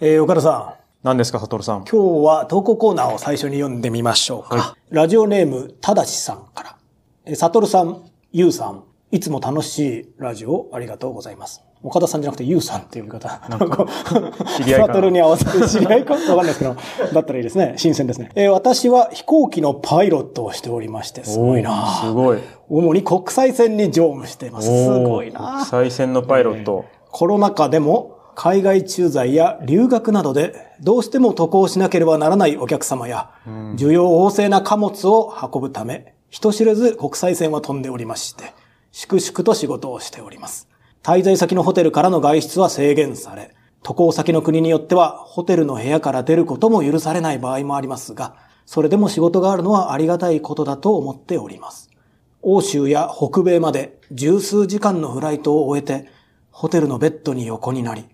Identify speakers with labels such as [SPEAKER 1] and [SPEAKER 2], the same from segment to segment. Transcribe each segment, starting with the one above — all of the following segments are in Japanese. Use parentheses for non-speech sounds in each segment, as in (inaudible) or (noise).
[SPEAKER 1] えー岡田さん、
[SPEAKER 2] 何ですか、サトルさん。
[SPEAKER 1] 今日は投稿コーナーを最初に読んでみましょうか。
[SPEAKER 2] は
[SPEAKER 1] ラジオネーム、ただしさんから。えー、サトルさん、ゆうさん、いつも楽しいラジオをありがとうございます。岡田さんじゃなくて、ゆうさんっていう呼び方。 (laughs) なんか、
[SPEAKER 2] 知り合いか
[SPEAKER 1] サトルに合わせ
[SPEAKER 2] (laughs)
[SPEAKER 1] て知り合いかわかんないですけど、だったらいいですね。新鮮ですね。えー私は飛行機のパイロットをしておりまして、すごいな
[SPEAKER 2] おーすごい。
[SPEAKER 1] 主に国際線に乗務しています。すごい
[SPEAKER 2] おー
[SPEAKER 1] な
[SPEAKER 2] 国際線のパイロット。
[SPEAKER 1] コロナ禍でも海外駐在や留学などでどうしても渡航しなければならないお客様や、需要旺盛な貨物を運ぶため、人知れず国際線は飛んでおりまして、粛々と仕事をしております。滞在先のホテルからの外出は制限され、渡航先の国によってはホテルの部屋から出ることも許されない場合もありますが、それでも仕事があるのはありがたいことだと思っております。欧州や北米まで十数時間のフライトを終えて、ホテルのベッドに横になり、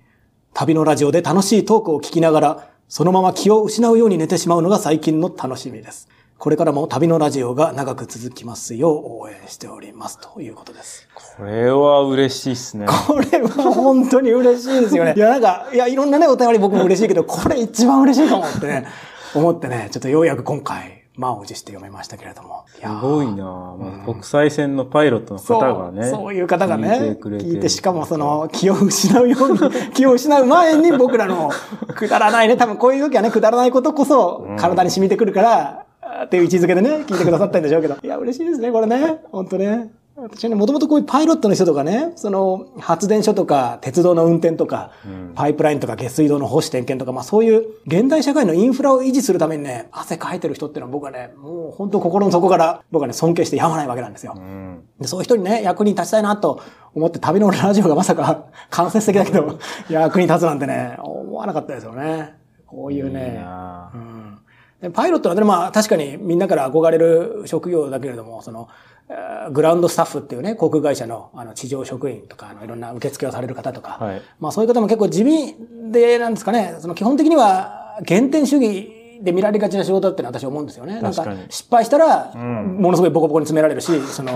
[SPEAKER 1] 旅のラジオで楽しいトークを聞きながら、そのまま気を失うように寝てしまうのが最近の楽しみです。これからも旅のラジオが長く続きますよう応援しておりますということです。
[SPEAKER 2] これは嬉しいっすね。
[SPEAKER 1] これは本当に嬉しいですよ (laughs) ね。いや、なんか、いや、いろんなね、お便り僕も嬉しいけど、これ一番嬉しいかもってね、思ってね、ちょっとようやく今回、満を持して読めましたけれども。いや
[SPEAKER 2] す
[SPEAKER 1] ー
[SPEAKER 2] ごいなぁ、まあ国際線のパイロットの
[SPEAKER 1] そう
[SPEAKER 2] 方がね。
[SPEAKER 1] そういう方がね、
[SPEAKER 2] 聞
[SPEAKER 1] 聞
[SPEAKER 2] い
[SPEAKER 1] い
[SPEAKER 2] て
[SPEAKER 1] て
[SPEAKER 2] くれて。
[SPEAKER 1] しかもその、気を失うよ
[SPEAKER 2] (laughs)
[SPEAKER 1] うに、気を失う前に僕らの、くだらないね、多分こういう時はね、くだらないことこそ、体に染みてくるから、あーっていう位置づけでね、聞いてくださったんでしょうけど。いや、嬉しいですね、これね。本当ね。私はね、もともとこういうパイロットの人とかね、その、発電所とか、鉄道の運転とか、パイプラインとか下水道の保守点検とか、まあそういう、現代社会のインフラを維持するためにね、汗かいてる人っていうのは僕はね、もう本当心の底から、僕はね、尊敬してやまないわけなんですよ。
[SPEAKER 2] うん。
[SPEAKER 1] でそういう人にね、役に立ちたいなと思って旅のラジオがまさか間接的だけど、役に立つなんてね、思わなかったですよね。こういう
[SPEAKER 2] いい
[SPEAKER 1] ね。
[SPEAKER 2] な
[SPEAKER 1] う
[SPEAKER 2] ぁ
[SPEAKER 1] んでパイロットはね、まあ確かにみんなから憧れる職業だけれども、その、えーグラウンドスタッフっていうね、航空会社のあの地上職員とか、あのいろんな受付をされる方とか、
[SPEAKER 2] はい
[SPEAKER 1] まあそういう方も結構地味で、なんですかね、その基本的には原点主義で見られがちな仕事だってのは私は思うんですよね。なん
[SPEAKER 2] 確か
[SPEAKER 1] か
[SPEAKER 2] に
[SPEAKER 1] 失敗したら、
[SPEAKER 2] ん
[SPEAKER 1] ものすごいボコボコに詰められるし、
[SPEAKER 2] (laughs)
[SPEAKER 1] その、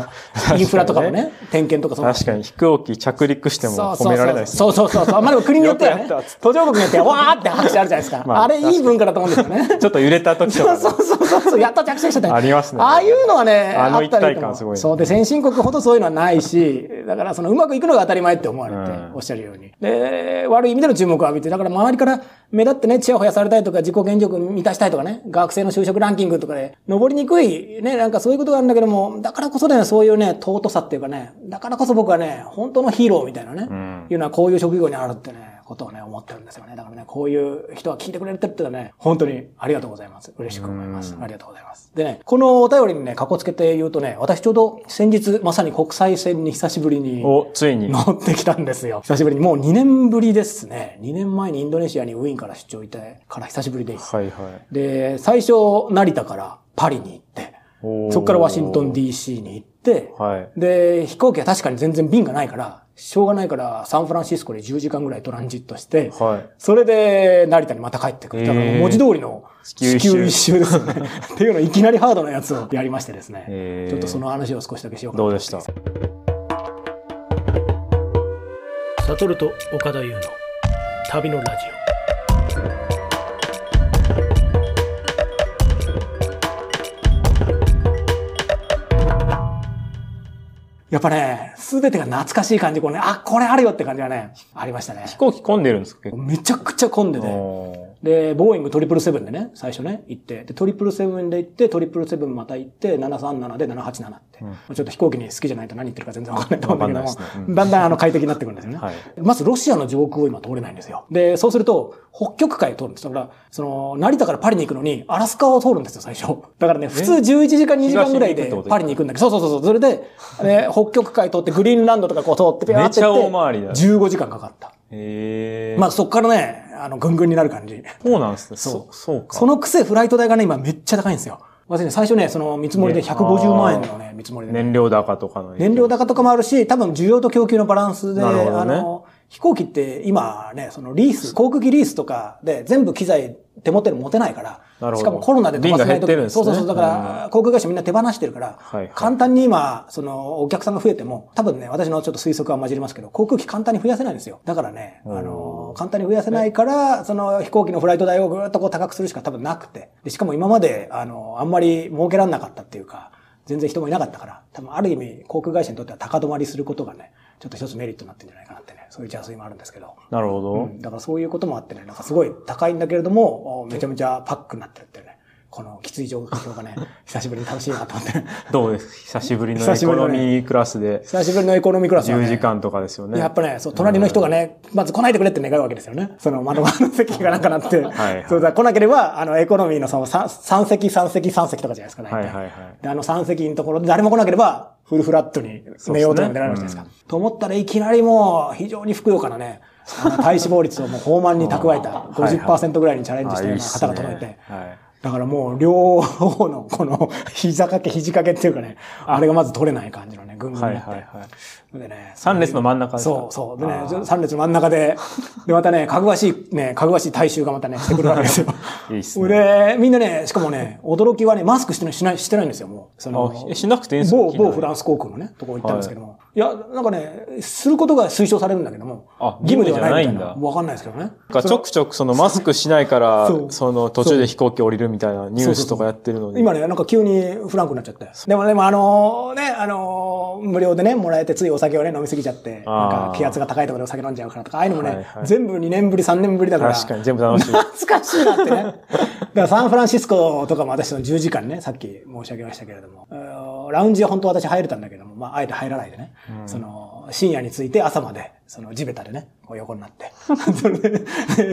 [SPEAKER 1] インフラとかもね、点検とかその
[SPEAKER 2] 確かに飛行機着陸しても
[SPEAKER 1] そう
[SPEAKER 2] 褒められないですね。
[SPEAKER 1] そうそうそうそう。まあでも国によってはね
[SPEAKER 2] よくやったっつっ、
[SPEAKER 1] 途上国によってはわーって拍手あるじゃないですか。
[SPEAKER 2] (laughs) まあ
[SPEAKER 1] あれいい文化だと思うんですよね。
[SPEAKER 2] ちょっと揺れた時とか、
[SPEAKER 1] そう
[SPEAKER 2] ね。
[SPEAKER 1] そうそうそうそう、やっと着水したね。
[SPEAKER 2] ありますね
[SPEAKER 1] ああいうのはね、
[SPEAKER 2] あの
[SPEAKER 1] ったらいい
[SPEAKER 2] 一体
[SPEAKER 1] と思う
[SPEAKER 2] 感すごいね
[SPEAKER 1] そうで、先進国ほどそういうのはないし、だからそのうまくいくのが当たり前って思われて
[SPEAKER 2] うん、
[SPEAKER 1] おっしゃるように。で、悪い意味での注目を浴びて、だから周りから目立ってね、ちやほやされたいとか、自己現状を満たしたいとかね、学生の就職ランキングとかで、登りにくい、ね、なんかそういうことがあるんだけども、だからこそね、そういうね、尊さっていうかね、だからこそ僕はね、本当のヒーローみたいなね、
[SPEAKER 2] ん
[SPEAKER 1] いうのはこういう職業にあるってね、ことをね、思ってるんですよね。だからね、こういう人が聞いてくれてるってのはね、本当にありがとうございます。嬉しく思います。ありがとうございます。でね、このお便りにね、かこつけて言うとね、私ちょうど先日、まさに国際線に久しぶりに
[SPEAKER 2] お、ついに。
[SPEAKER 1] 乗ってきたんですよ。久しぶりに、もう2年ぶりですね。2年前にインドネシアにウィーンから出張いてから久しぶりです。
[SPEAKER 2] はいはい。
[SPEAKER 1] で、最初、成田からパリに行って、
[SPEAKER 2] おー
[SPEAKER 1] そこからワシントン DC に行って、
[SPEAKER 2] はい。
[SPEAKER 1] で、飛行機は確かに全然便がないから、しょうがないから、サンフランシスコで10時間ぐらいトランジットして、
[SPEAKER 2] はい。
[SPEAKER 1] それで、成田にまた帰ってくる。だから
[SPEAKER 2] へー
[SPEAKER 1] 文字通りの地球
[SPEAKER 2] 地球一周
[SPEAKER 1] 一周です
[SPEAKER 2] (laughs)
[SPEAKER 1] よね。っていうのをいきなりハードなやつをやりましてですね。
[SPEAKER 2] えー
[SPEAKER 1] ちょっとその話を少しだけしようかなと
[SPEAKER 2] ど
[SPEAKER 1] 思
[SPEAKER 2] う
[SPEAKER 1] っ
[SPEAKER 2] でして
[SPEAKER 1] ま
[SPEAKER 2] た
[SPEAKER 1] す。サトルと岡田優の旅のラジオ。やっぱね、すべてが懐かしい感じ、こうね、あ、これあるよって感じはね、ありましたね。
[SPEAKER 2] 飛行機混んでるんですか結構。
[SPEAKER 1] めちゃくちゃ混んでて。
[SPEAKER 2] お
[SPEAKER 1] で、ボーイングトリプルセブンでね、最初ね、行って、で、トリプルセブンで行って、トリプルセブンまた行って、737で787って、もうちょっと飛行機に好きじゃないと何言ってるか全然わかんないと思うんだけ
[SPEAKER 2] わ
[SPEAKER 1] ど
[SPEAKER 2] かん
[SPEAKER 1] も
[SPEAKER 2] ないですね、うん
[SPEAKER 1] だんだんあの快適になってくるんですよね。
[SPEAKER 2] はい
[SPEAKER 1] まずロシアの上空を今通れないんですよ。で、そうすると、北極海を通るんですだから、その、成田からパリに行くのに、アラスカを通るんですよ、最初。だからね、普通11時間2時間ぐらい
[SPEAKER 2] 東に行
[SPEAKER 1] で
[SPEAKER 2] くってことですか
[SPEAKER 1] パリに行くんだけど、そうそうそうそう、それで、ね、北極海通ってグリーンランドとかこう通って、ピャーって
[SPEAKER 2] めちゃ
[SPEAKER 1] 行
[SPEAKER 2] 大
[SPEAKER 1] って、
[SPEAKER 2] 回りだ
[SPEAKER 1] 15時間かかった。
[SPEAKER 2] えー。
[SPEAKER 1] まあそっからね、あの、ぐんぐんになる感じ。
[SPEAKER 2] そうなんですね。
[SPEAKER 1] そ
[SPEAKER 2] そうう、そうか。
[SPEAKER 1] そのくせフライト代がね、今めっちゃ高いんですよ。私ね、最初ね、その見積もりで
[SPEAKER 2] ね
[SPEAKER 1] 150万円のね、見積もりで、ね。
[SPEAKER 2] 燃料高とかの。
[SPEAKER 1] 燃料高とかもあるし、多分需要と供給のバランスで、
[SPEAKER 2] なるほどね
[SPEAKER 1] あの、飛行機って今ね、そのリース、航空機リースとかで全部機材手元で持てないから、
[SPEAKER 2] なるほど
[SPEAKER 1] しかもコロナで飛ばせない
[SPEAKER 2] 便が減
[SPEAKER 1] と
[SPEAKER 2] ってるんです
[SPEAKER 1] そ
[SPEAKER 2] ね
[SPEAKER 1] うそうそう、だから、航空会社みんな手放してるから、
[SPEAKER 2] はいはい
[SPEAKER 1] 簡単に今、その、お客さんが増えても、多分ね、私のちょっと推測は混じりますけど、航空機簡単に増やせないんですよ。だからね、あの、簡単に増やせないから、その、飛行機のフライト代をぐーっとこう高くするしか多分なくて、でしかも今まで、あの、あんまり儲けられなかったっていうか、全然人もいなかったから、多分ある意味、航空会社にとっては高止まりすることがね、ちょっと一つメリットになってるんじゃないかなってね、そういう邪推もあるんですけど。
[SPEAKER 2] なるほど。
[SPEAKER 1] だからそういうこともあってね、なんかすごい高いんだけれども、おめちゃめちゃパックになってるっていうね。このきつい状況がね、久しぶりに楽しいなと思ってね。
[SPEAKER 2] どうです久しぶりの
[SPEAKER 1] 久
[SPEAKER 2] エ
[SPEAKER 1] し
[SPEAKER 2] コ
[SPEAKER 1] ぶりの
[SPEAKER 2] ノ
[SPEAKER 1] ね
[SPEAKER 2] ミークラスで
[SPEAKER 1] 久しぶりのエコノミークラスはね
[SPEAKER 2] 10時間とかですよね。
[SPEAKER 1] やっぱね、そう、隣の人がね、まず来ないでくれって願うわけですよね。その窓側の席がなんかなって。
[SPEAKER 2] はいはい
[SPEAKER 1] そうだ、来なければ、あの、エコノミーのその3席、3席、3席とかじゃないですか、大体
[SPEAKER 2] はいはいはい
[SPEAKER 1] であの3席のところで誰も来なければ、フルフラットに寝ようと
[SPEAKER 2] そうですね
[SPEAKER 1] も出られるじゃないですか。と思ったらいきなりもう、非常にふくよかなね、あの
[SPEAKER 2] (laughs)
[SPEAKER 1] 体脂肪率をもう放満に蓄えた
[SPEAKER 2] はい
[SPEAKER 1] 50%ぐらいにチャレンジしたような方が
[SPEAKER 2] あ
[SPEAKER 1] 届いて。
[SPEAKER 2] いいっすねはい
[SPEAKER 1] だからもう両方のこの膝掛け肘掛けっていうかね、あれがまず取れない感じのね、ぐんぐんになって。
[SPEAKER 2] はいはいはい
[SPEAKER 1] でね、
[SPEAKER 2] 三列の真ん中ですか
[SPEAKER 1] そうそう。で
[SPEAKER 2] あ
[SPEAKER 1] ね、
[SPEAKER 2] ー。
[SPEAKER 1] ちょ三列の真ん中で、でまたね、かぐわしいね、かぐわしい大衆がまたね、してくるわけですよ
[SPEAKER 2] (laughs) いいっすね
[SPEAKER 1] で、みんなね、しかもね、驚きはね、マスクしてない、しない、してないんですよ、もう。そ
[SPEAKER 2] あえしなくていいんですか
[SPEAKER 1] 某
[SPEAKER 2] 機内
[SPEAKER 1] 某フランス航空のね、とこ行ったんですけども。い、や、なんかね、することが推奨されるんだけども、
[SPEAKER 2] あ
[SPEAKER 1] 義務ではないみ
[SPEAKER 2] 義務じ
[SPEAKER 1] たい
[SPEAKER 2] ゃない
[SPEAKER 1] な。
[SPEAKER 2] んだ
[SPEAKER 1] わかんないですけどね。
[SPEAKER 2] なんかちょくちょくそのマスクしないから
[SPEAKER 1] そ、う
[SPEAKER 2] その途中で飛行機降りるみたいなニュースとかやってるのに。
[SPEAKER 1] 今ね、なんか急にフランクになっちゃって。でもでもあのね、あのー無料でね、もらえてついお酒をね、飲みすぎちゃって、なん
[SPEAKER 2] あ
[SPEAKER 1] か
[SPEAKER 2] ー
[SPEAKER 1] 気圧が高いところでお酒飲んじゃうからとか、ああいうのもね、
[SPEAKER 2] はいはい
[SPEAKER 1] 全部2年ぶり、3年ぶりだから。
[SPEAKER 2] 確かに全部楽しい
[SPEAKER 1] 懐かしいなってね。
[SPEAKER 2] (laughs)
[SPEAKER 1] だからサンフランシスコとかも私の10時間ね、さっき申し上げましたけれども、うーラウンジは本当私入れたんだけども、まあ、あえて入らないでね、その、深夜について朝まで、その地べたでね、こう横にな
[SPEAKER 2] (laughs)
[SPEAKER 1] って。それ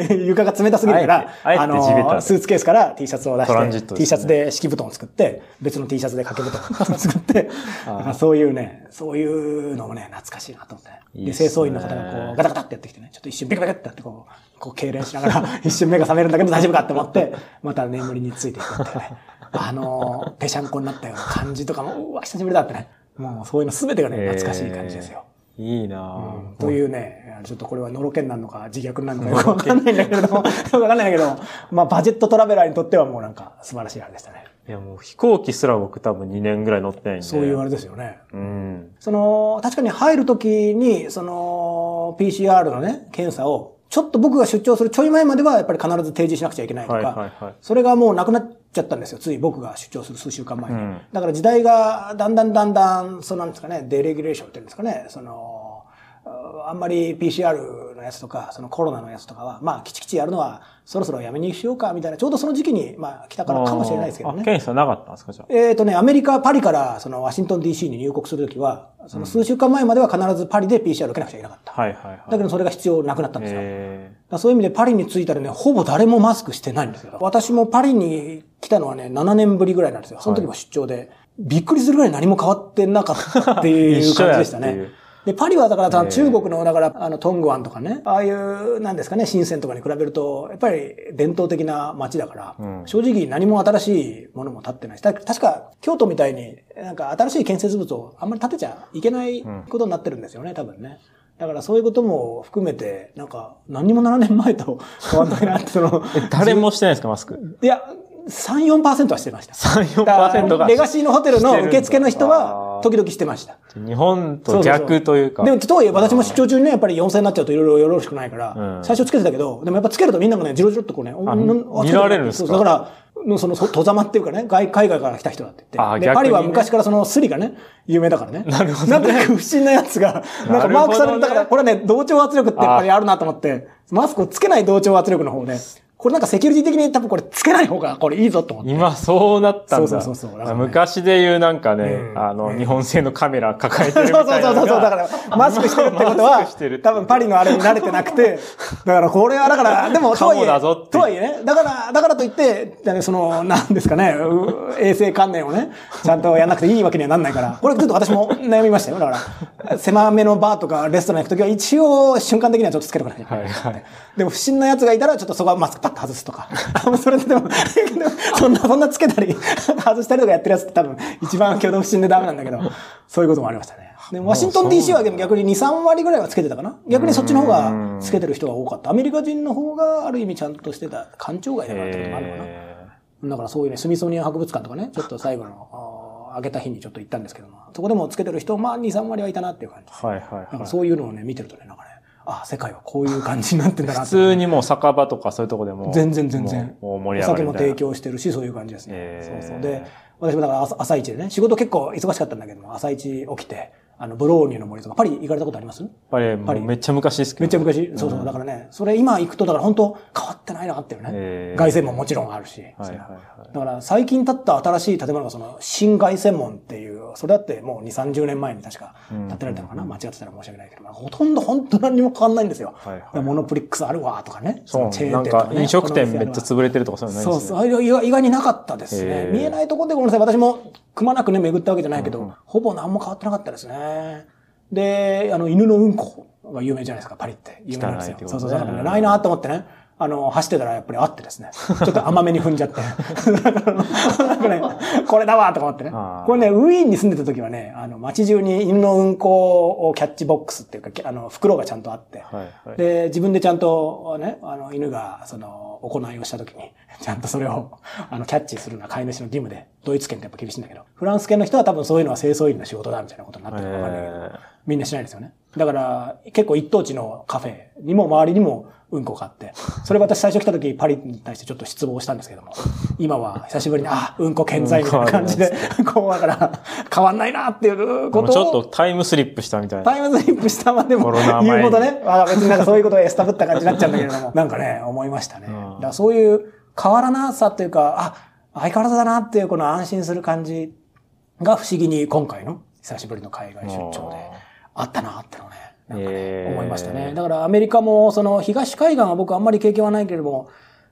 [SPEAKER 1] で、床が冷たすぎるから、
[SPEAKER 2] あえてあえて地べたで
[SPEAKER 1] スーツケースから T シャツを出して、
[SPEAKER 2] トランジットですね
[SPEAKER 1] T シャツで敷布団を作って、別の T シャツで掛け布団を作
[SPEAKER 2] (laughs)
[SPEAKER 1] って、なんか (laughs) そういうね、そういうのもね、懐かしいなと思ってね。
[SPEAKER 2] いいっ
[SPEAKER 1] です
[SPEAKER 2] ね
[SPEAKER 1] 清掃員の方がこう、ガタガタってやってきてね、ちょっと一瞬ビクビクってやってこう、こう痙攣しながら、 (laughs) 一瞬目が覚めるんだけど大丈夫かって思って、また眠りについていくっていうね。 (laughs) あの、ぺしゃんこになったような感じとかも、うわ、久しぶりだってね。もうそういうの全てがね、懐かしい感じですよ。
[SPEAKER 2] えー。いいなぁ
[SPEAKER 1] というね、ちょっとこれはのろけんなのか自虐なのかよくわかんないんだけれども、わかんないんだけど、まあバジェットトラベラーにとってはもうなんか素晴らしいあれでしたね。
[SPEAKER 2] いやもう飛行機すら僕多分2年ぐらい乗ってないんで。
[SPEAKER 1] そういうあれですよね。
[SPEAKER 2] うん。
[SPEAKER 1] その、確かに入るときに、その、PCR のね、検査を、ちょっと僕が出張するちょい前まではやっぱり必ず提示しなくちゃいけないとか、
[SPEAKER 2] はいはいはい
[SPEAKER 1] それがもうなくなっちゃったんですよ。つい僕が出張する数週間前に。
[SPEAKER 2] うん
[SPEAKER 1] だから時代がだんだんだんだん、そうなんですかね、デレギュレーションっていうんですかね、その、ああんまり PCR のやつとか、そのコロナのやつとかは、まあ、きちきちやるのは、そろそろやめにしようか、みたいな、ちょうどその時期に、まあ、来たからかもしれないですけど
[SPEAKER 2] あ
[SPEAKER 1] ね
[SPEAKER 2] ーあ。検査なかったんですかじゃ
[SPEAKER 1] えっ、とね、アメリカ、パリから、その、ワシントン DC に入国するときは、その、数週間前までは必ずパリで PCR 受けなくちゃいけなかった。
[SPEAKER 2] あ。はいはいはい。
[SPEAKER 1] だけど、それが必要なくなったんですよ。
[SPEAKER 2] え
[SPEAKER 1] だからそういう意味でパリに着いたらね、ほぼ誰もマスクしてないんですよ。私もパリに来たのはね、7年ぶりぐらいなんですよ。その時も出張で。びっくりするぐらい何も変わってなかったってい
[SPEAKER 2] 一
[SPEAKER 1] う
[SPEAKER 2] 緒や
[SPEAKER 1] 感じでした
[SPEAKER 2] ってい
[SPEAKER 1] ね
[SPEAKER 2] う。
[SPEAKER 1] で、パリはだからさ
[SPEAKER 2] ええ
[SPEAKER 1] 中国の、だから、あの、トングワンとかね、ああいう、なんですかね、深センとかに比べると、やっぱり伝統的な街だから、
[SPEAKER 2] うん
[SPEAKER 1] 正直何も新しいものも建ってないし、た確か京都みたいになんか新しい建設物をあんまり建てちゃいけないことになってるんですよね、多分ね。だからそういうことも含めて、なんか何にも7年前と変わんないなって、その、
[SPEAKER 2] 誰もしてないですかマスク。
[SPEAKER 1] いや、3、4%はしてました。だ
[SPEAKER 2] 3、
[SPEAKER 1] から
[SPEAKER 2] 4%が。
[SPEAKER 1] レガシーのホテル
[SPEAKER 2] して
[SPEAKER 1] の
[SPEAKER 2] るんだ
[SPEAKER 1] 受付の人
[SPEAKER 2] あ
[SPEAKER 1] は
[SPEAKER 2] ー
[SPEAKER 1] 時々してました。
[SPEAKER 2] 日本と逆というか。
[SPEAKER 1] でも、とはいえ、私も出張中にね、やっぱり4000になっちゃうといろいろよろしくないから、
[SPEAKER 2] うん
[SPEAKER 1] 最初つけてたけど、でもやっぱつけるとみんながね、じろじろっとこうね、おんん
[SPEAKER 2] 見られるんですか
[SPEAKER 1] そうだから、のその、そとざまっていうかね、外海外から来た人だって言
[SPEAKER 2] あ
[SPEAKER 1] っ
[SPEAKER 2] ー
[SPEAKER 1] て。で、
[SPEAKER 2] 逆にね
[SPEAKER 1] パリは昔からそのスリがね、有名だからね。
[SPEAKER 2] なるほ
[SPEAKER 1] ど、なんか不審なやつ
[SPEAKER 2] (laughs)
[SPEAKER 1] が、なんかマークされ
[SPEAKER 2] なるほど
[SPEAKER 1] る、
[SPEAKER 2] ね
[SPEAKER 1] だから、これはね、同調圧力ってやっぱりあるなと思って、マスクをつけない同調圧力の方で、これなんかセキュリティ的に多分これつけない方がこれいいぞと思って。
[SPEAKER 2] 今そうなったんだ。
[SPEAKER 1] そうそうそうそうだからね
[SPEAKER 2] 昔で言うなんかね、
[SPEAKER 1] うん
[SPEAKER 2] あの、日本製のカメラ抱えてるみ
[SPEAKER 1] そうそ
[SPEAKER 2] た
[SPEAKER 1] う
[SPEAKER 2] いな
[SPEAKER 1] そうそ
[SPEAKER 2] のが。
[SPEAKER 1] うそう。だから、マスクしてるってこと
[SPEAKER 2] マスクしてる
[SPEAKER 1] は
[SPEAKER 2] って、
[SPEAKER 1] 多分パリのあれに慣れてなくて、だからこれは、だから、でも、とはい
[SPEAKER 2] カモだ
[SPEAKER 1] え
[SPEAKER 2] ぞっていう、
[SPEAKER 1] とはいえね、だから、だからといって、だねその、なんですかね、う衛生観念をね、ちゃんとやんなくていいわけにはなんないから、これちょっと私も悩みましたよ。だから、狭めのバーとかレストラン行くときは、一応瞬間的にはちょっとつけとかなきゃいけない。
[SPEAKER 2] はいはい
[SPEAKER 1] でも不審な奴がいたら、ちょっとそこはマスクパッと外すとか。 (laughs) それででも、そんな、そんな (laughs) つけたり、外したりとかやってるやつって多分、一番挙動不審でダメなんだけど、そういうこともありましたね。で、ワシントン DC は逆に2、3割ぐらいはつけてたかな。逆にそっちの方がつけてる人が多かった。アメリカ人の方がある意味ちゃんとしてた、官庁街だからってこともあるのかな。
[SPEAKER 2] え
[SPEAKER 1] だからそういうね、スミソニアン博物館とかね、ちょっと最後の、あー開けた日にちょっと行ったんですけども、そこでもつけてる人、まあ2、3割はいたなっていう感じ。
[SPEAKER 2] ーはいは
[SPEAKER 1] ないん
[SPEAKER 2] は
[SPEAKER 1] か
[SPEAKER 2] い。
[SPEAKER 1] そういうのをね、見てるとね、なんかね、あ、世界はこういう感じになってんだな
[SPEAKER 2] 普
[SPEAKER 1] ってね
[SPEAKER 2] 通にもう酒場とかそういうとこでも。
[SPEAKER 1] 全然全然
[SPEAKER 2] もうも
[SPEAKER 1] お
[SPEAKER 2] う盛り上が
[SPEAKER 1] 酒
[SPEAKER 2] る
[SPEAKER 1] も
[SPEAKER 2] みたいな。
[SPEAKER 1] 提供してるし、そういう感じですね。
[SPEAKER 2] え
[SPEAKER 1] そ
[SPEAKER 2] ー
[SPEAKER 1] うそう。で、私もだから朝朝一でね、仕事結構忙しかったんだけども、朝一起きて、あの、ブローニュの森とか、パリ行かれたことあります
[SPEAKER 2] やっぱりもうめっちゃ昔ですけど。
[SPEAKER 1] めっちゃ昔。そうそう。だからね、それ今行くと、だから本当変わってないなっていうね。
[SPEAKER 2] えー
[SPEAKER 1] 凱旋門もちろんあるし。
[SPEAKER 2] はいはいはい。
[SPEAKER 1] だから最近建った新しい建物がその新凱旋門っていう、それだってもう2、30年前に確か建てられたのかな、間違ってたら申し訳ないけど、まあほとんど本当何にも変わんないんですよ。
[SPEAKER 2] はいはい
[SPEAKER 1] でモノプリックスあるわとかね。
[SPEAKER 2] そう、
[SPEAKER 1] のチェー
[SPEAKER 2] な
[SPEAKER 1] ン
[SPEAKER 2] ん
[SPEAKER 1] 店とか
[SPEAKER 2] か
[SPEAKER 1] ね
[SPEAKER 2] 飲食店めっちゃ潰れてるとかそういうのな
[SPEAKER 1] そ
[SPEAKER 2] いんで
[SPEAKER 1] う
[SPEAKER 2] すね。
[SPEAKER 1] そう。意外意外になかったですね。
[SPEAKER 2] へー
[SPEAKER 1] 見えないところでごめんなさい。私も熊なくね、巡ったわけじゃないけど、ほぼ何も変わってなかったですね。で、あの、犬のうんこが有名じゃないですか、パリって。有名なんですよ
[SPEAKER 2] 汚いって。こと
[SPEAKER 1] そ
[SPEAKER 2] ね
[SPEAKER 1] うそう。だからね、ないなと思ってね。あの、走ってたらやっぱりあって
[SPEAKER 2] (laughs)
[SPEAKER 1] ですね。ちょっと甘めに踏んじゃって。なんかね、これだわとか思ってね
[SPEAKER 2] あー。
[SPEAKER 1] これね、ウィーンに住んでた時はね、あの、街中に犬のうんこをキャッチボックスっていうか、あの、袋がちゃんとあって。
[SPEAKER 2] はいはい。
[SPEAKER 1] で、自分でちゃんとね、あの、犬が、その、行いをしたときに、 (laughs) ちゃんとそれを、 (laughs) あの、キャッチするのは飼い主の義務で、ドイツ圏ってやっぱ厳しいんだけど、フランス圏の人は多分そういうのは清掃員の仕事だみたいなことになってるのかわかんないけど、
[SPEAKER 2] えー
[SPEAKER 1] みんなしないですよね。だから、結構一等地のカフェにも周りにもうんこがあって、それ私最初来た時パリに対してちょっと失望したんですけども、今は久しぶりに、あ、うんこ健在みたいな感じで、 (laughs) こうだから、変わんないなっていうこ
[SPEAKER 2] もうち
[SPEAKER 1] と
[SPEAKER 2] ょっ
[SPEAKER 1] を
[SPEAKER 2] と、タイムスリップしたみたいな。
[SPEAKER 1] タイムスリップしたまでも
[SPEAKER 2] コロナ前に
[SPEAKER 1] 言うほどね、あ別になんかそういうことがエスタブった感じになっちゃうんだけれども、 (laughs) なんかね、思いましたね。だ
[SPEAKER 2] うん
[SPEAKER 1] からそういう変わらなさというか、あ、相変わらずだなっていうこの安心する感じが不思議に今回の久しぶりの海外出張であったなってのをね、なんかね
[SPEAKER 2] えー
[SPEAKER 1] 思いましたね。だからアメリカもその東海岸は僕あんまり経験はないけれども、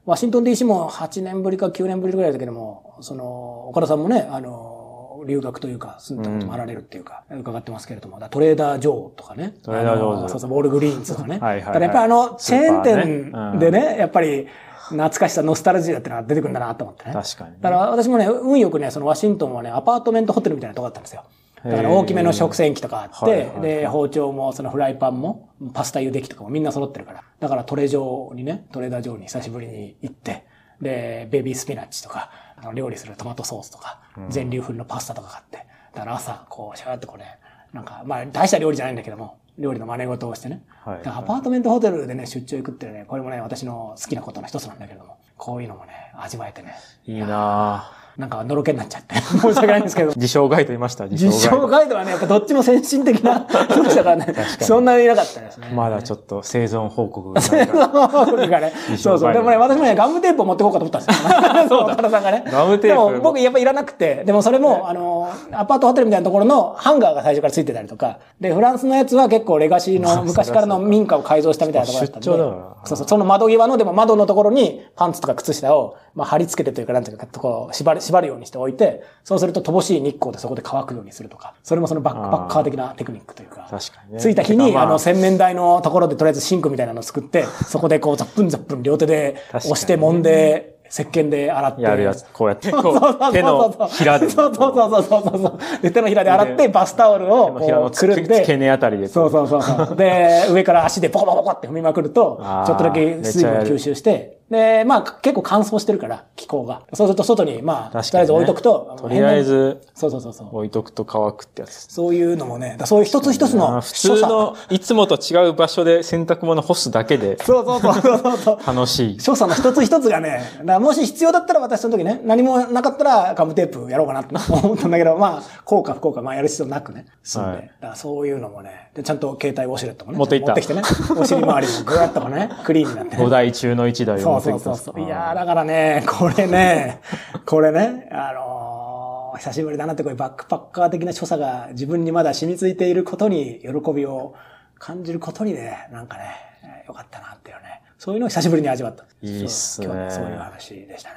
[SPEAKER 1] ワシントン DC も8年ぶりか9年ぶりぐらいだけども、その、岡田さんもね、あの、留学というか、住んだこともあられるっていうか、伺ってますけれども、だからトレーダー・ジョーとかね。
[SPEAKER 2] トレーダージョーズ
[SPEAKER 1] あのそうそう、ウォール・グリーンズとかね。
[SPEAKER 2] はいはいはい
[SPEAKER 1] だからやっぱりあの、チェーン
[SPEAKER 2] スーパーねう
[SPEAKER 1] 店
[SPEAKER 2] ん
[SPEAKER 1] でね、やっぱり、懐かしさ、ノスタルジーだってのが出てくるんだなと思ってね。
[SPEAKER 2] 確かにね
[SPEAKER 1] だから私もね、運よくね、そのワシントンはね、アパートメントホテルみたいなとこだったんですよ。だから大きめの食洗機とかあっ
[SPEAKER 2] へー
[SPEAKER 1] て
[SPEAKER 2] はいは、い
[SPEAKER 1] で、包丁もそのフライパンも、パスタ茹で機とかもみんな揃ってるから。だからトレジョーにね、トレーダージョーに久しぶりに行って、で、ベビースピナッチとか、あの料理するトマトソースとか、全粒粉のパスタとか買って、だから朝、こう、シャーっとこうね、なんか、まあ、大した料理じゃないんだけども、料理の真似事をしてね。
[SPEAKER 2] はい
[SPEAKER 1] だからアパートメントホテルでね、出張行くっていうのはね、これもね、私の好きなことの一つなんだけれども、こういうのもね、味わえてね、
[SPEAKER 2] いいなぁ
[SPEAKER 1] なんか、のろけになっちゃって、 (laughs) 申し訳ないんですけど。
[SPEAKER 2] 自称ガイドいました、自
[SPEAKER 1] 自
[SPEAKER 2] 称ガイ
[SPEAKER 1] 称ガイドはね、やっぱどっちも先進的な人でしたからね。そんなにいなかったですね。
[SPEAKER 2] ド。まだちょっと生存報告がない
[SPEAKER 1] (laughs)
[SPEAKER 2] から。
[SPEAKER 1] そうかねそうそう。でもね、私もね、ガムテープを持ってこうかと思ったん
[SPEAKER 2] (laughs)
[SPEAKER 1] ですよ。そう、岡田さんがね。
[SPEAKER 2] ガムテープ
[SPEAKER 1] でも僕、やっぱいらなくて、でもそれも、あの、アパートホテルみたいなところのハンガーが最初からついてたりとか、で、フランスのやつは結構レガシーの昔からの民家を改造したみたいなところだったんで。
[SPEAKER 2] 出張だから
[SPEAKER 1] そうそう。その窓際の、でも窓のところにパンツとか靴下を、まあ、貼り付けてというか、なんていうか、こう、縛る、縛るようにしておいて、そうすると乏しい日光でそこで乾くようにするとか、それもそのバックパッカー的なテクニックというか。
[SPEAKER 2] 確かにね
[SPEAKER 1] ついた日に、
[SPEAKER 2] まあ
[SPEAKER 1] あの、洗面台のところでとりあえずシンクみたいなのを作
[SPEAKER 2] (laughs)
[SPEAKER 1] って、そこでこう、ザップンザップン両手で
[SPEAKER 2] 確かに
[SPEAKER 1] 押して揉んで、石鹸で洗って。
[SPEAKER 2] やるやつ、こうやって、こ
[SPEAKER 1] そうそうそうそう
[SPEAKER 2] う、手のひらで。
[SPEAKER 1] そうそう
[SPEAKER 2] こ
[SPEAKER 1] そうそうそうそう。で手のひらで洗って、バスタオルを
[SPEAKER 2] 手のひら
[SPEAKER 1] こ
[SPEAKER 2] の
[SPEAKER 1] うくるんで。
[SPEAKER 2] 付け根あたりでこう
[SPEAKER 1] そうそうそうそう。で、上から足でポコポコポコって踏みまくると
[SPEAKER 2] あ、ー
[SPEAKER 1] ちょっとだけ水分を吸収して、で、まあ結構乾燥してるから、気候が。そうすると外に、まあ、
[SPEAKER 2] 確
[SPEAKER 1] とり
[SPEAKER 2] か
[SPEAKER 1] あ
[SPEAKER 2] に
[SPEAKER 1] え
[SPEAKER 2] ね
[SPEAKER 1] ず置いとくと、
[SPEAKER 2] とりあえず
[SPEAKER 1] そうそうそうそう
[SPEAKER 2] う。置いとくと乾くってやつ。
[SPEAKER 1] そういうのもね、だからそういう一つ一つ
[SPEAKER 2] あ
[SPEAKER 1] の
[SPEAKER 2] ー普通の、いつもと違う場所で洗濯物干すだけで
[SPEAKER 1] 所作。そうそうそうそうそう。
[SPEAKER 2] 楽しい。
[SPEAKER 1] 所作の一つ一つがね、だからもし必要だったら私その時ね、何もなかったらガムテープやろうかなって (laughs) 思ったんだけど、まあ、効果不効果、まあやる必要なくね。そうね。
[SPEAKER 2] はい
[SPEAKER 1] だからそういうのもね、でちゃんと携帯ウォシュレットもね、
[SPEAKER 2] 持っていった
[SPEAKER 1] 持ってきてね、お尻周りにグワッとかね、クリーンになって、ね
[SPEAKER 2] 5。台中の1台を
[SPEAKER 1] そう
[SPEAKER 2] 持って
[SPEAKER 1] そ
[SPEAKER 2] き
[SPEAKER 1] う
[SPEAKER 2] た
[SPEAKER 1] そ
[SPEAKER 2] ん
[SPEAKER 1] う
[SPEAKER 2] です
[SPEAKER 1] そう。いやーだからね、これね、これね、あのー久しぶりだなってこういうバックパッカー的な所作が自分にまだ染みついていることに喜びを感じることにね、なんかね、えーよかったなっていうね。そういうのを久しぶりに味わった。
[SPEAKER 2] いいっすね
[SPEAKER 1] そう今日はそういう話でしたね。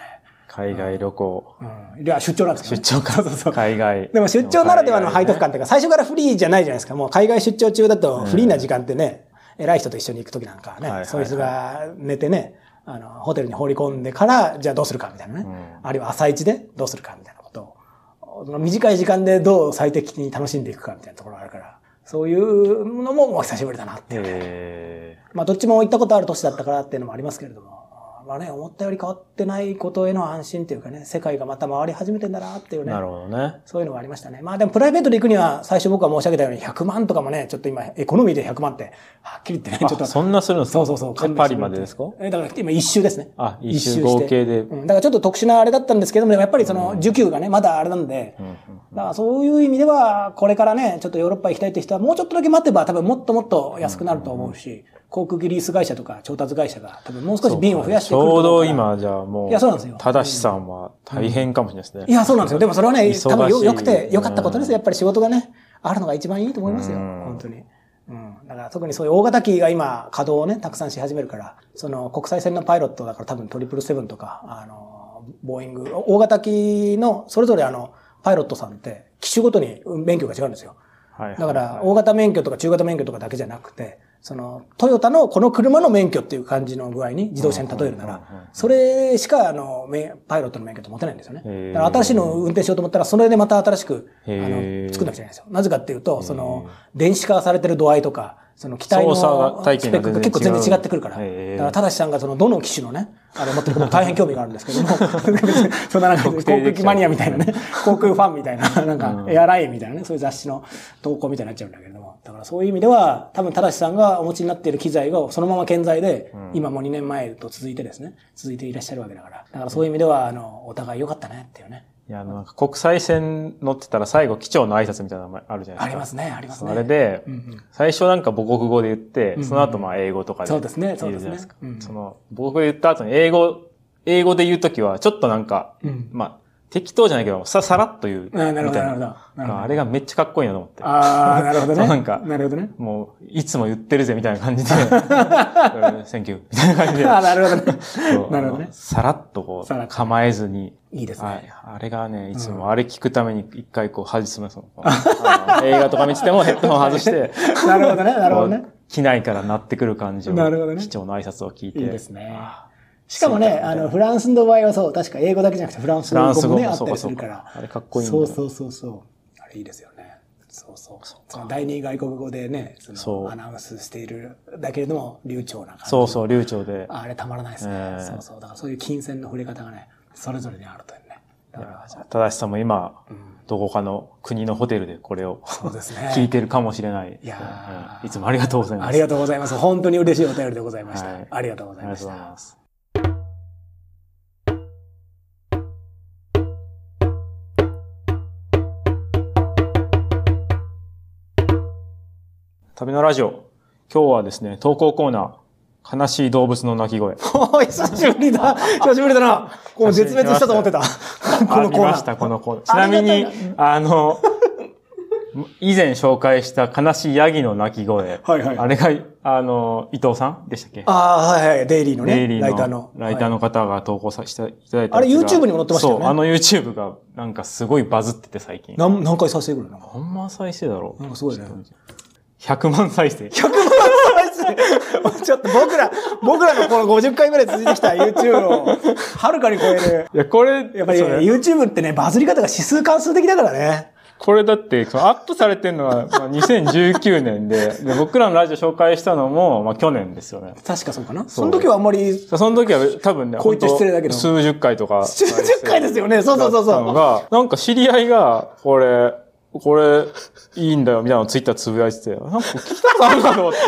[SPEAKER 2] 海外旅行。
[SPEAKER 1] うん。いや、出張なんですけど、
[SPEAKER 2] 出張か
[SPEAKER 1] そうそうそう。
[SPEAKER 2] 海外。
[SPEAKER 1] でも出張ならではの背
[SPEAKER 2] 海外
[SPEAKER 1] 徳感っていうか、最初からフリーじゃないじゃないですか。もう海外出張中だとフリーな時間ってね、偉い人と一緒に行く時なんかはね、
[SPEAKER 2] はいはい
[SPEAKER 1] そいつが寝てね、あの、ホテルに放り込んでから、じゃあどうするかみたいなね。あるいは朝一でどうするかみたいなことを、その短い時間でどう最適に楽しんでいくかみたいなところがあるから、そういうのも、まあ久しぶりだなっていう。
[SPEAKER 2] え
[SPEAKER 1] まあ、どっちも行ったことある年だったからっていうのもありますけれども。まあね、思ったより変わってないことへの安心っていうかね、世界がまた回り始めてんだなっていう
[SPEAKER 2] ー、
[SPEAKER 1] ね
[SPEAKER 2] な。るほどね。
[SPEAKER 1] そういうのがありましたね。まあでもプライベートで行くには、最初僕は申し上げたように100万とかもね、ちょっと今、エコノミーで100万って、はっきり言ってね、ちょっと。
[SPEAKER 2] あそんなするの
[SPEAKER 1] そうそうそう。勘弁
[SPEAKER 2] パ
[SPEAKER 1] して
[SPEAKER 2] リ
[SPEAKER 1] もら
[SPEAKER 2] ま
[SPEAKER 1] って
[SPEAKER 2] でですか
[SPEAKER 1] え、だから今一周ですね。
[SPEAKER 2] あ一周
[SPEAKER 1] して
[SPEAKER 2] 合計で
[SPEAKER 1] うん。だからちょっと特殊なあれだったんですけども、でもやっぱりその受給がね、まだあれなんで、
[SPEAKER 2] うんうん
[SPEAKER 1] だからそういう意味では、これからね、ちょっとヨーロッパ行きたいって人は、もうちょっとだけ待てば、多分もっともっと安くなると思うし、航空機リース会社とか調達会社が、多分もう少し便を増やして
[SPEAKER 2] ち
[SPEAKER 1] くると
[SPEAKER 2] ょう
[SPEAKER 1] 思
[SPEAKER 2] ど
[SPEAKER 1] から。
[SPEAKER 2] 今、じゃあもう、
[SPEAKER 1] いやそうなんですよ
[SPEAKER 2] ただしさんは大変かもしれないですね。
[SPEAKER 1] いや、そうなんですよ。でもそれはね、
[SPEAKER 2] 忙しい
[SPEAKER 1] 多分よよくて、よかったことです
[SPEAKER 2] うん
[SPEAKER 1] よ。やっぱり仕事がね、あるのが一番いいと思いますよ。
[SPEAKER 2] うん
[SPEAKER 1] 本当に。うん。だから特にそういう大型機が今、稼働をね、たくさんし始めるから、その国際線のパイロットだから多分トリプルセブンとか、あの、ボーイング、大型機の、それぞれあの、パイロットさんって、機種ごとに免許が違うんですよ。
[SPEAKER 2] はいはい
[SPEAKER 1] だから、大型免許とか中型免許とかだけじゃなくて、その、トヨタのこの車の免許っていう感じの具合に自動車に例えるな
[SPEAKER 2] うんうんうんうん
[SPEAKER 1] ら、それしか、あの、めパイロットの免許って持てないんですよね。
[SPEAKER 2] へー
[SPEAKER 1] だから新しいのを運転しようと思ったら、それでまた新しく、あ
[SPEAKER 2] へー
[SPEAKER 1] の、作んなくちゃいけないんですよ。なぜかっていうと、その、電子化されてる度合いとか、その機体の
[SPEAKER 2] 操作が体
[SPEAKER 1] ス
[SPEAKER 2] 験
[SPEAKER 1] ペ
[SPEAKER 2] が
[SPEAKER 1] ックが
[SPEAKER 2] 全然違う
[SPEAKER 1] 結構全然違ってくるから。だ
[SPEAKER 2] へー
[SPEAKER 1] から、ただしさんがその、どの機種のね、あれ持ってるかも大変興味があるんですけども、 (laughs) そんななんか、航
[SPEAKER 2] 特定
[SPEAKER 1] 空
[SPEAKER 2] で
[SPEAKER 1] 機
[SPEAKER 2] きちゃう
[SPEAKER 1] マニアみたいなね、航空ファンみたい
[SPEAKER 2] (laughs)
[SPEAKER 1] な、なんか
[SPEAKER 2] う、ん
[SPEAKER 1] エアラインみたいなね、そういう雑誌の投稿みたいになっちゃうんだけれども、だからそういう意味では、多分、正さんがお持ちになっている機材がそのまま健在で、今もう2年前と続いてですね、続いていらっしゃるわけだから、だからそういう意味では、あの、お互い良かったねっていうね、
[SPEAKER 2] いや、あのなんか国際線乗ってたら最後、機長の挨拶みたいなのあるじゃな
[SPEAKER 1] あ
[SPEAKER 2] いで
[SPEAKER 1] り
[SPEAKER 2] すか。
[SPEAKER 1] ますね、あります
[SPEAKER 2] そう
[SPEAKER 1] ね。
[SPEAKER 2] あれで、最初なんか母国語で言って、その後まあ英語とかで。
[SPEAKER 1] そうですね
[SPEAKER 2] 言じゃないですか
[SPEAKER 1] そうですねうん
[SPEAKER 2] その、母国語で言った後に英語、英語で言うときは、ちょっとなんか、
[SPEAKER 1] うん。
[SPEAKER 2] まあ、適当じゃないけど、さ、さらっと言う。みた
[SPEAKER 1] あ
[SPEAKER 2] い
[SPEAKER 1] なるほど、なるほど。なるほど
[SPEAKER 2] あれがめっちゃかっこいいなと思って。
[SPEAKER 1] ああ、なるほど
[SPEAKER 2] (laughs) そ
[SPEAKER 1] ね。
[SPEAKER 2] うなんか
[SPEAKER 1] なるほどね。
[SPEAKER 2] もう、いつも言ってるぜ、みたいな
[SPEAKER 1] (laughs)
[SPEAKER 2] 感じで。センキュー、みたいな感じで
[SPEAKER 1] あ。あ、なるほど
[SPEAKER 2] (laughs)
[SPEAKER 1] ね。
[SPEAKER 2] そう
[SPEAKER 1] なるほどね
[SPEAKER 2] あのさらっとこ
[SPEAKER 1] さら
[SPEAKER 2] う、
[SPEAKER 1] っと
[SPEAKER 2] 構えずに。
[SPEAKER 1] いいですね。
[SPEAKER 2] はい。あれがね、いつもあれ聞くために一回こう、外すの、
[SPEAKER 1] (laughs)
[SPEAKER 2] そのあの映画とか見ててもヘッドホン外して、
[SPEAKER 1] (laughs) なるほどね、なるほどね
[SPEAKER 2] こ。う機内から鳴ってくる感じを、
[SPEAKER 1] なるほどね
[SPEAKER 2] 機長の挨拶を聞いて。
[SPEAKER 1] いいですね
[SPEAKER 2] あ
[SPEAKER 1] しかも
[SPEAKER 2] そう
[SPEAKER 1] ね、
[SPEAKER 2] だ
[SPEAKER 1] あの、フランスの場合はそう、確か英語だけじゃなくてフランス
[SPEAKER 2] フランス
[SPEAKER 1] 語
[SPEAKER 2] 語
[SPEAKER 1] もね、あ
[SPEAKER 2] も
[SPEAKER 1] っ
[SPEAKER 2] そう
[SPEAKER 1] た
[SPEAKER 2] か
[SPEAKER 1] りす
[SPEAKER 2] そう
[SPEAKER 1] る
[SPEAKER 2] か。
[SPEAKER 1] から。
[SPEAKER 2] あれかっこいいんだ
[SPEAKER 1] そ
[SPEAKER 2] よ
[SPEAKER 1] うそうそうそう。あれいいですよね。そうそう。その第二外国語でね、その
[SPEAKER 2] そう
[SPEAKER 1] アナウンスしているだけれども、流暢な感じ。
[SPEAKER 2] そうそう、流暢で。
[SPEAKER 1] あれたまらないですね。
[SPEAKER 2] ええ
[SPEAKER 1] そうそう。だからそういう金銭の触れ方がね、それぞれにあるというね。だから
[SPEAKER 2] 正しさんも今、
[SPEAKER 1] ん
[SPEAKER 2] どこかの国のホテルでこれを
[SPEAKER 1] そうですね
[SPEAKER 2] (laughs) 聞いてるかもしれない。
[SPEAKER 1] いやー
[SPEAKER 2] うんいつもありがとうございます。
[SPEAKER 1] ありがとうございます。本当に嬉しいお便りでございました。
[SPEAKER 2] はい
[SPEAKER 1] ありがとうござい
[SPEAKER 2] あり
[SPEAKER 1] ま
[SPEAKER 2] が
[SPEAKER 1] し
[SPEAKER 2] とうござい
[SPEAKER 1] た。
[SPEAKER 2] ます。旅のラジオ。今日はですね、投稿コーナー、悲しい動物の鳴き声。
[SPEAKER 1] (laughs) おい久しぶりだ。久しぶりだな。もう絶滅したと思ってた。 (laughs) こ
[SPEAKER 2] あ
[SPEAKER 1] の
[SPEAKER 2] り
[SPEAKER 1] コーナ
[SPEAKER 2] ま
[SPEAKER 1] ー。
[SPEAKER 2] した、このコーナー。ち
[SPEAKER 1] あ
[SPEAKER 2] な
[SPEAKER 1] りが
[SPEAKER 2] み
[SPEAKER 1] たい
[SPEAKER 2] に
[SPEAKER 1] な、
[SPEAKER 2] あの、 (laughs) 以前紹介した悲しいヤギの鳴き声。
[SPEAKER 1] はいはい
[SPEAKER 2] あれが、あの、伊藤さんでしたっけ
[SPEAKER 1] ああ、はいはい。デイリーのね。
[SPEAKER 2] デイリーの
[SPEAKER 1] ライターの。
[SPEAKER 2] ライターの方が投稿させていただいた
[SPEAKER 1] あれ
[SPEAKER 2] やつが
[SPEAKER 1] YouTube にも載ってましたよね
[SPEAKER 2] そう、あの YouTube がなんかすごいバズってて最近。
[SPEAKER 1] 何何回再生ぐらいなの (laughs)
[SPEAKER 2] 何万再生だろう
[SPEAKER 1] なんかすごいね。
[SPEAKER 2] 100万再生。
[SPEAKER 1] ちょっと僕ら、僕らのこの50回ぐらい続いてきた YouTube を、はるかに超える。
[SPEAKER 2] いや、これ、
[SPEAKER 1] やっぱり
[SPEAKER 2] そうね
[SPEAKER 1] YouTube ってね、バズり方が指数関数的だからね。
[SPEAKER 2] これだって、そのアップされてるのがまあ2019年でで、僕らのラジオ紹介したのも、まあ去年ですよね。
[SPEAKER 1] 確かそうかな。
[SPEAKER 2] そ
[SPEAKER 1] そうの時はあんまり、
[SPEAKER 2] その時は多分ね、
[SPEAKER 1] こう言っちゃ
[SPEAKER 2] ほん
[SPEAKER 1] 失
[SPEAKER 2] と
[SPEAKER 1] 礼だけど
[SPEAKER 2] 数十回とか。
[SPEAKER 1] 数十回ですよね。そうそうそう
[SPEAKER 2] だったの
[SPEAKER 1] そう。
[SPEAKER 2] が、なんか知り合いが、これ、これ、いいんだよ、みたいなのをツイッターつぶやいてて、なんか聞いたことあるかと思って。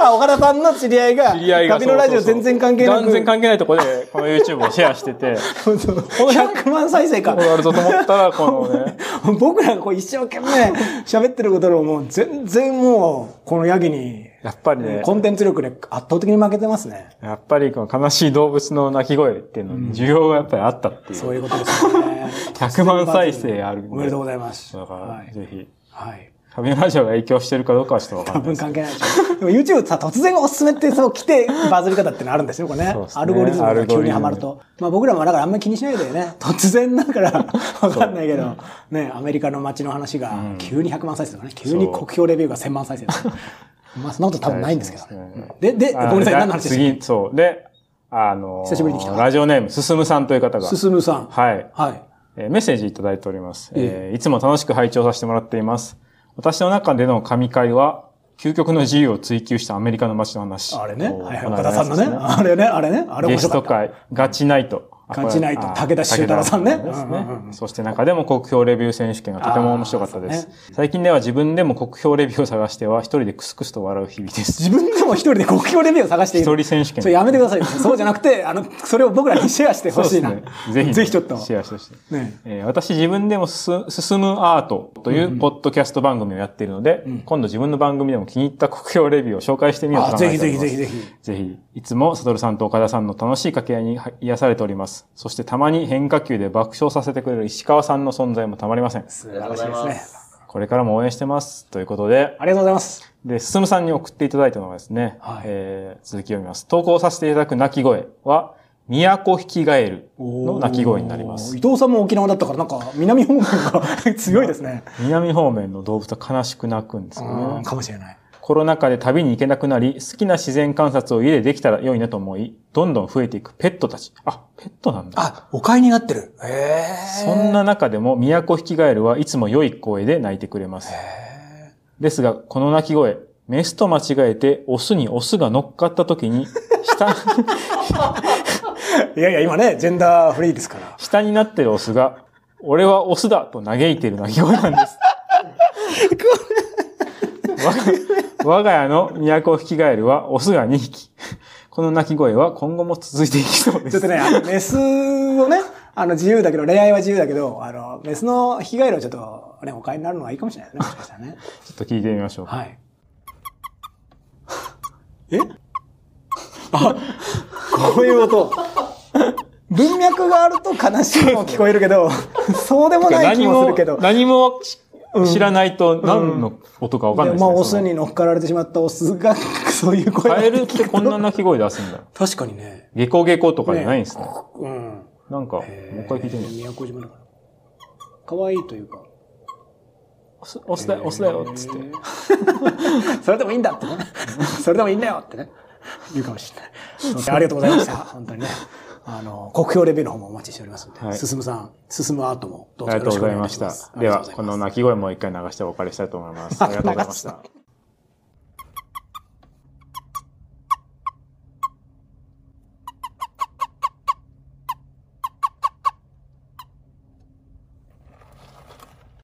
[SPEAKER 1] あ、岡田さんの知り合いが、
[SPEAKER 2] 知り合いが。
[SPEAKER 1] (laughs) 旅のラジオ全然関係なく。
[SPEAKER 2] 全然関係ないとこで、この YouTube をシェアしてて、
[SPEAKER 1] そうそう100万再生か
[SPEAKER 2] こ。れあるぞと思ったら、このね、
[SPEAKER 1] 僕らがこう一生懸命喋ってることのもう全然もう、このヤギに、
[SPEAKER 2] やっぱりね、
[SPEAKER 1] コンテンツ力で圧倒的に負けてますね。
[SPEAKER 2] やっぱりこの悲しい動物の鳴き声っていうのに需要がやっぱりあったっていう。
[SPEAKER 1] そういうことですよ
[SPEAKER 2] (laughs)
[SPEAKER 1] ね。
[SPEAKER 2] 100万再生あるんで
[SPEAKER 1] おめでとうございます。
[SPEAKER 2] だから、
[SPEAKER 1] はい。
[SPEAKER 2] ぜひ、
[SPEAKER 1] はい。
[SPEAKER 2] 旅のラジオが影響してるかどうかはちょっとわかん
[SPEAKER 1] 多
[SPEAKER 2] ない
[SPEAKER 1] 分
[SPEAKER 2] ですけ
[SPEAKER 1] 関
[SPEAKER 2] ど。
[SPEAKER 1] 係ないでしょ。でも YouTube さ、突然おすすめってそう来てバズり方ってのあるんですよ、これね
[SPEAKER 2] そうですね
[SPEAKER 1] アルゴリズムが急にはまると。まあ僕らもだからあんまり気にしないでね、突然だから、 (laughs) わかんないけど、ね、アメリカの街の話が急に100万再生とかね、急に国評レビューが1000万再生とか。まあそんなこと多分ないんですけどね。で、で、ご
[SPEAKER 2] あ
[SPEAKER 1] めんなさい、
[SPEAKER 2] だ
[SPEAKER 1] 何の話でし
[SPEAKER 2] 次、そう。で、あのー
[SPEAKER 1] 久しぶりに来た
[SPEAKER 2] ラジオネーム、すすむさんという方が
[SPEAKER 1] た、進さん。
[SPEAKER 2] はい。
[SPEAKER 1] はい。
[SPEAKER 2] えーメッセージいただいております。えーいつも楽しく拝聴させてもらっています。私の中での神会は、究極の自由を追求したアメリカの街の話。
[SPEAKER 1] あれね。はいはい。
[SPEAKER 2] この
[SPEAKER 1] 岡田さんのね。
[SPEAKER 2] 話です
[SPEAKER 1] あれね、あれね。あれ
[SPEAKER 2] ゲ
[SPEAKER 1] 面
[SPEAKER 2] ス
[SPEAKER 1] 白かっ
[SPEAKER 2] ト
[SPEAKER 1] た。
[SPEAKER 2] 会、ガチナイト。あ
[SPEAKER 1] ガチナイト
[SPEAKER 2] これあ
[SPEAKER 1] 武田修太郎さんね
[SPEAKER 2] 武田です
[SPEAKER 1] うんうんうん
[SPEAKER 2] そして中でも国評レビュー選手権がとても面白かったです。最近では自分でも国評レビューを探しては一人でクスクスと笑う日々です。
[SPEAKER 1] 自分でも一人で国境レビューを探してい
[SPEAKER 2] 一
[SPEAKER 1] る。
[SPEAKER 2] 人選手権。
[SPEAKER 1] それやめてくだ
[SPEAKER 2] (laughs)
[SPEAKER 1] さいよ。そうじゃなくて、あの、それを僕らにシェアしてほしいな
[SPEAKER 2] そうです。ねぜひね、
[SPEAKER 1] ぜひちょっと。
[SPEAKER 2] シェアしてほしい。
[SPEAKER 1] ね
[SPEAKER 2] えー私自分でもす進むアートというポッドキャスト番組をやっているので、今度自分の番組でも気に入った国評レビューを紹介してみようと
[SPEAKER 1] あ、
[SPEAKER 2] 考え
[SPEAKER 1] ぜ
[SPEAKER 2] て
[SPEAKER 1] ひ
[SPEAKER 2] お
[SPEAKER 1] ぜ
[SPEAKER 2] り
[SPEAKER 1] ひ
[SPEAKER 2] ます。
[SPEAKER 1] ぜひぜひ。
[SPEAKER 2] ぜひ、いつもサトルさんと岡田さんの楽しい掛け合いには癒されております。そしてたまに変化球で爆笑させてくれる石川さんの存在もたまりません。
[SPEAKER 1] 素晴らしいですね。
[SPEAKER 2] これからも応援してます。ということで、
[SPEAKER 1] ありがとうございます。
[SPEAKER 2] で、すすむさんに送っていただいたのがですね、
[SPEAKER 1] はい
[SPEAKER 2] えー、続きを読みます。投稿させていただく鳴き声は、都引きガエルの鳴き声になりま
[SPEAKER 1] お
[SPEAKER 2] す
[SPEAKER 1] ー。伊藤さんも沖縄だったから、なんか、南方面が強いです
[SPEAKER 2] (laughs)
[SPEAKER 1] ね。
[SPEAKER 2] 南方面の動物は悲しく鳴くんですよ
[SPEAKER 1] うん、
[SPEAKER 2] ね。
[SPEAKER 1] かもしれない。
[SPEAKER 2] コロナ禍で旅に行けなくなり、好きな自然観察を家でできたら良いなと思い、どんどん増えていくペットたち。あ、ペットなんだ。
[SPEAKER 1] あ、お買いになってる。ええ。
[SPEAKER 2] そんな中でも、都引きガエルはいつも良い声で鳴いてくれます。ですが、この鳴き声、メスと間違えて、オスにオスが乗っかった時に、下、
[SPEAKER 1] いやいや、今ね、ジェンダーフリーですから。
[SPEAKER 2] 下になってるオスが、俺はオスだと嘆いてる鳴き声なんです。わ我が家の都引きガエルはオスが2匹。この鳴き声は今後も続いていきそう
[SPEAKER 1] (laughs)
[SPEAKER 2] で
[SPEAKER 1] ちょっ
[SPEAKER 2] す
[SPEAKER 1] と。ね、あの、メスをね、あの、自由だけど、恋愛は自由だけど、あの、メスの引き換えをちょっと、ね、お買いになるのはいいかもしれないですね、もしかしたらね。
[SPEAKER 2] ちょっと聞いてみましょうか。
[SPEAKER 1] はい。 (laughs)
[SPEAKER 2] こういう音。
[SPEAKER 1] 文脈があると悲しいのも聞こえるけど、そうでもない気
[SPEAKER 2] 何
[SPEAKER 1] もす
[SPEAKER 2] も
[SPEAKER 1] るけど、。
[SPEAKER 2] 何もし知らないと何の音かわかんない
[SPEAKER 1] で
[SPEAKER 2] です
[SPEAKER 1] ま
[SPEAKER 2] ね。
[SPEAKER 1] あ、オ
[SPEAKER 2] そ
[SPEAKER 1] ス
[SPEAKER 2] の
[SPEAKER 1] に乗っかられてしまったオスが、そういう声
[SPEAKER 2] カエル
[SPEAKER 1] を
[SPEAKER 2] ってこんな鳴き声出すんだ。
[SPEAKER 1] 確かにね。
[SPEAKER 2] ゲコゲコとかじゃないんですね。
[SPEAKER 1] うん。
[SPEAKER 2] なんか、もう一回聞いてみよう。
[SPEAKER 1] 宮古島だから。可愛いというか。
[SPEAKER 2] オスオスだよ、オスだよ、つって。
[SPEAKER 1] (laughs) それでもいいんだって
[SPEAKER 2] (laughs)
[SPEAKER 1] ね。それでもいいんだよってね。言うかもしれない。ありがとうございました。本当にね。あの、国評レビューの方もお待ちしておりますので、
[SPEAKER 2] はい
[SPEAKER 1] 進むさん、進むアートもどう
[SPEAKER 2] あ
[SPEAKER 1] ぞよろ
[SPEAKER 2] りがと
[SPEAKER 1] しく
[SPEAKER 2] うご
[SPEAKER 1] お
[SPEAKER 2] ざ
[SPEAKER 1] 願
[SPEAKER 2] い
[SPEAKER 1] いい
[SPEAKER 2] ま
[SPEAKER 1] た
[SPEAKER 2] し
[SPEAKER 1] しま
[SPEAKER 2] た
[SPEAKER 1] す。。
[SPEAKER 2] では、この鳴き声もう一回流してお別れしたいと思います。ありがとうございまし
[SPEAKER 1] 流
[SPEAKER 2] た
[SPEAKER 1] し。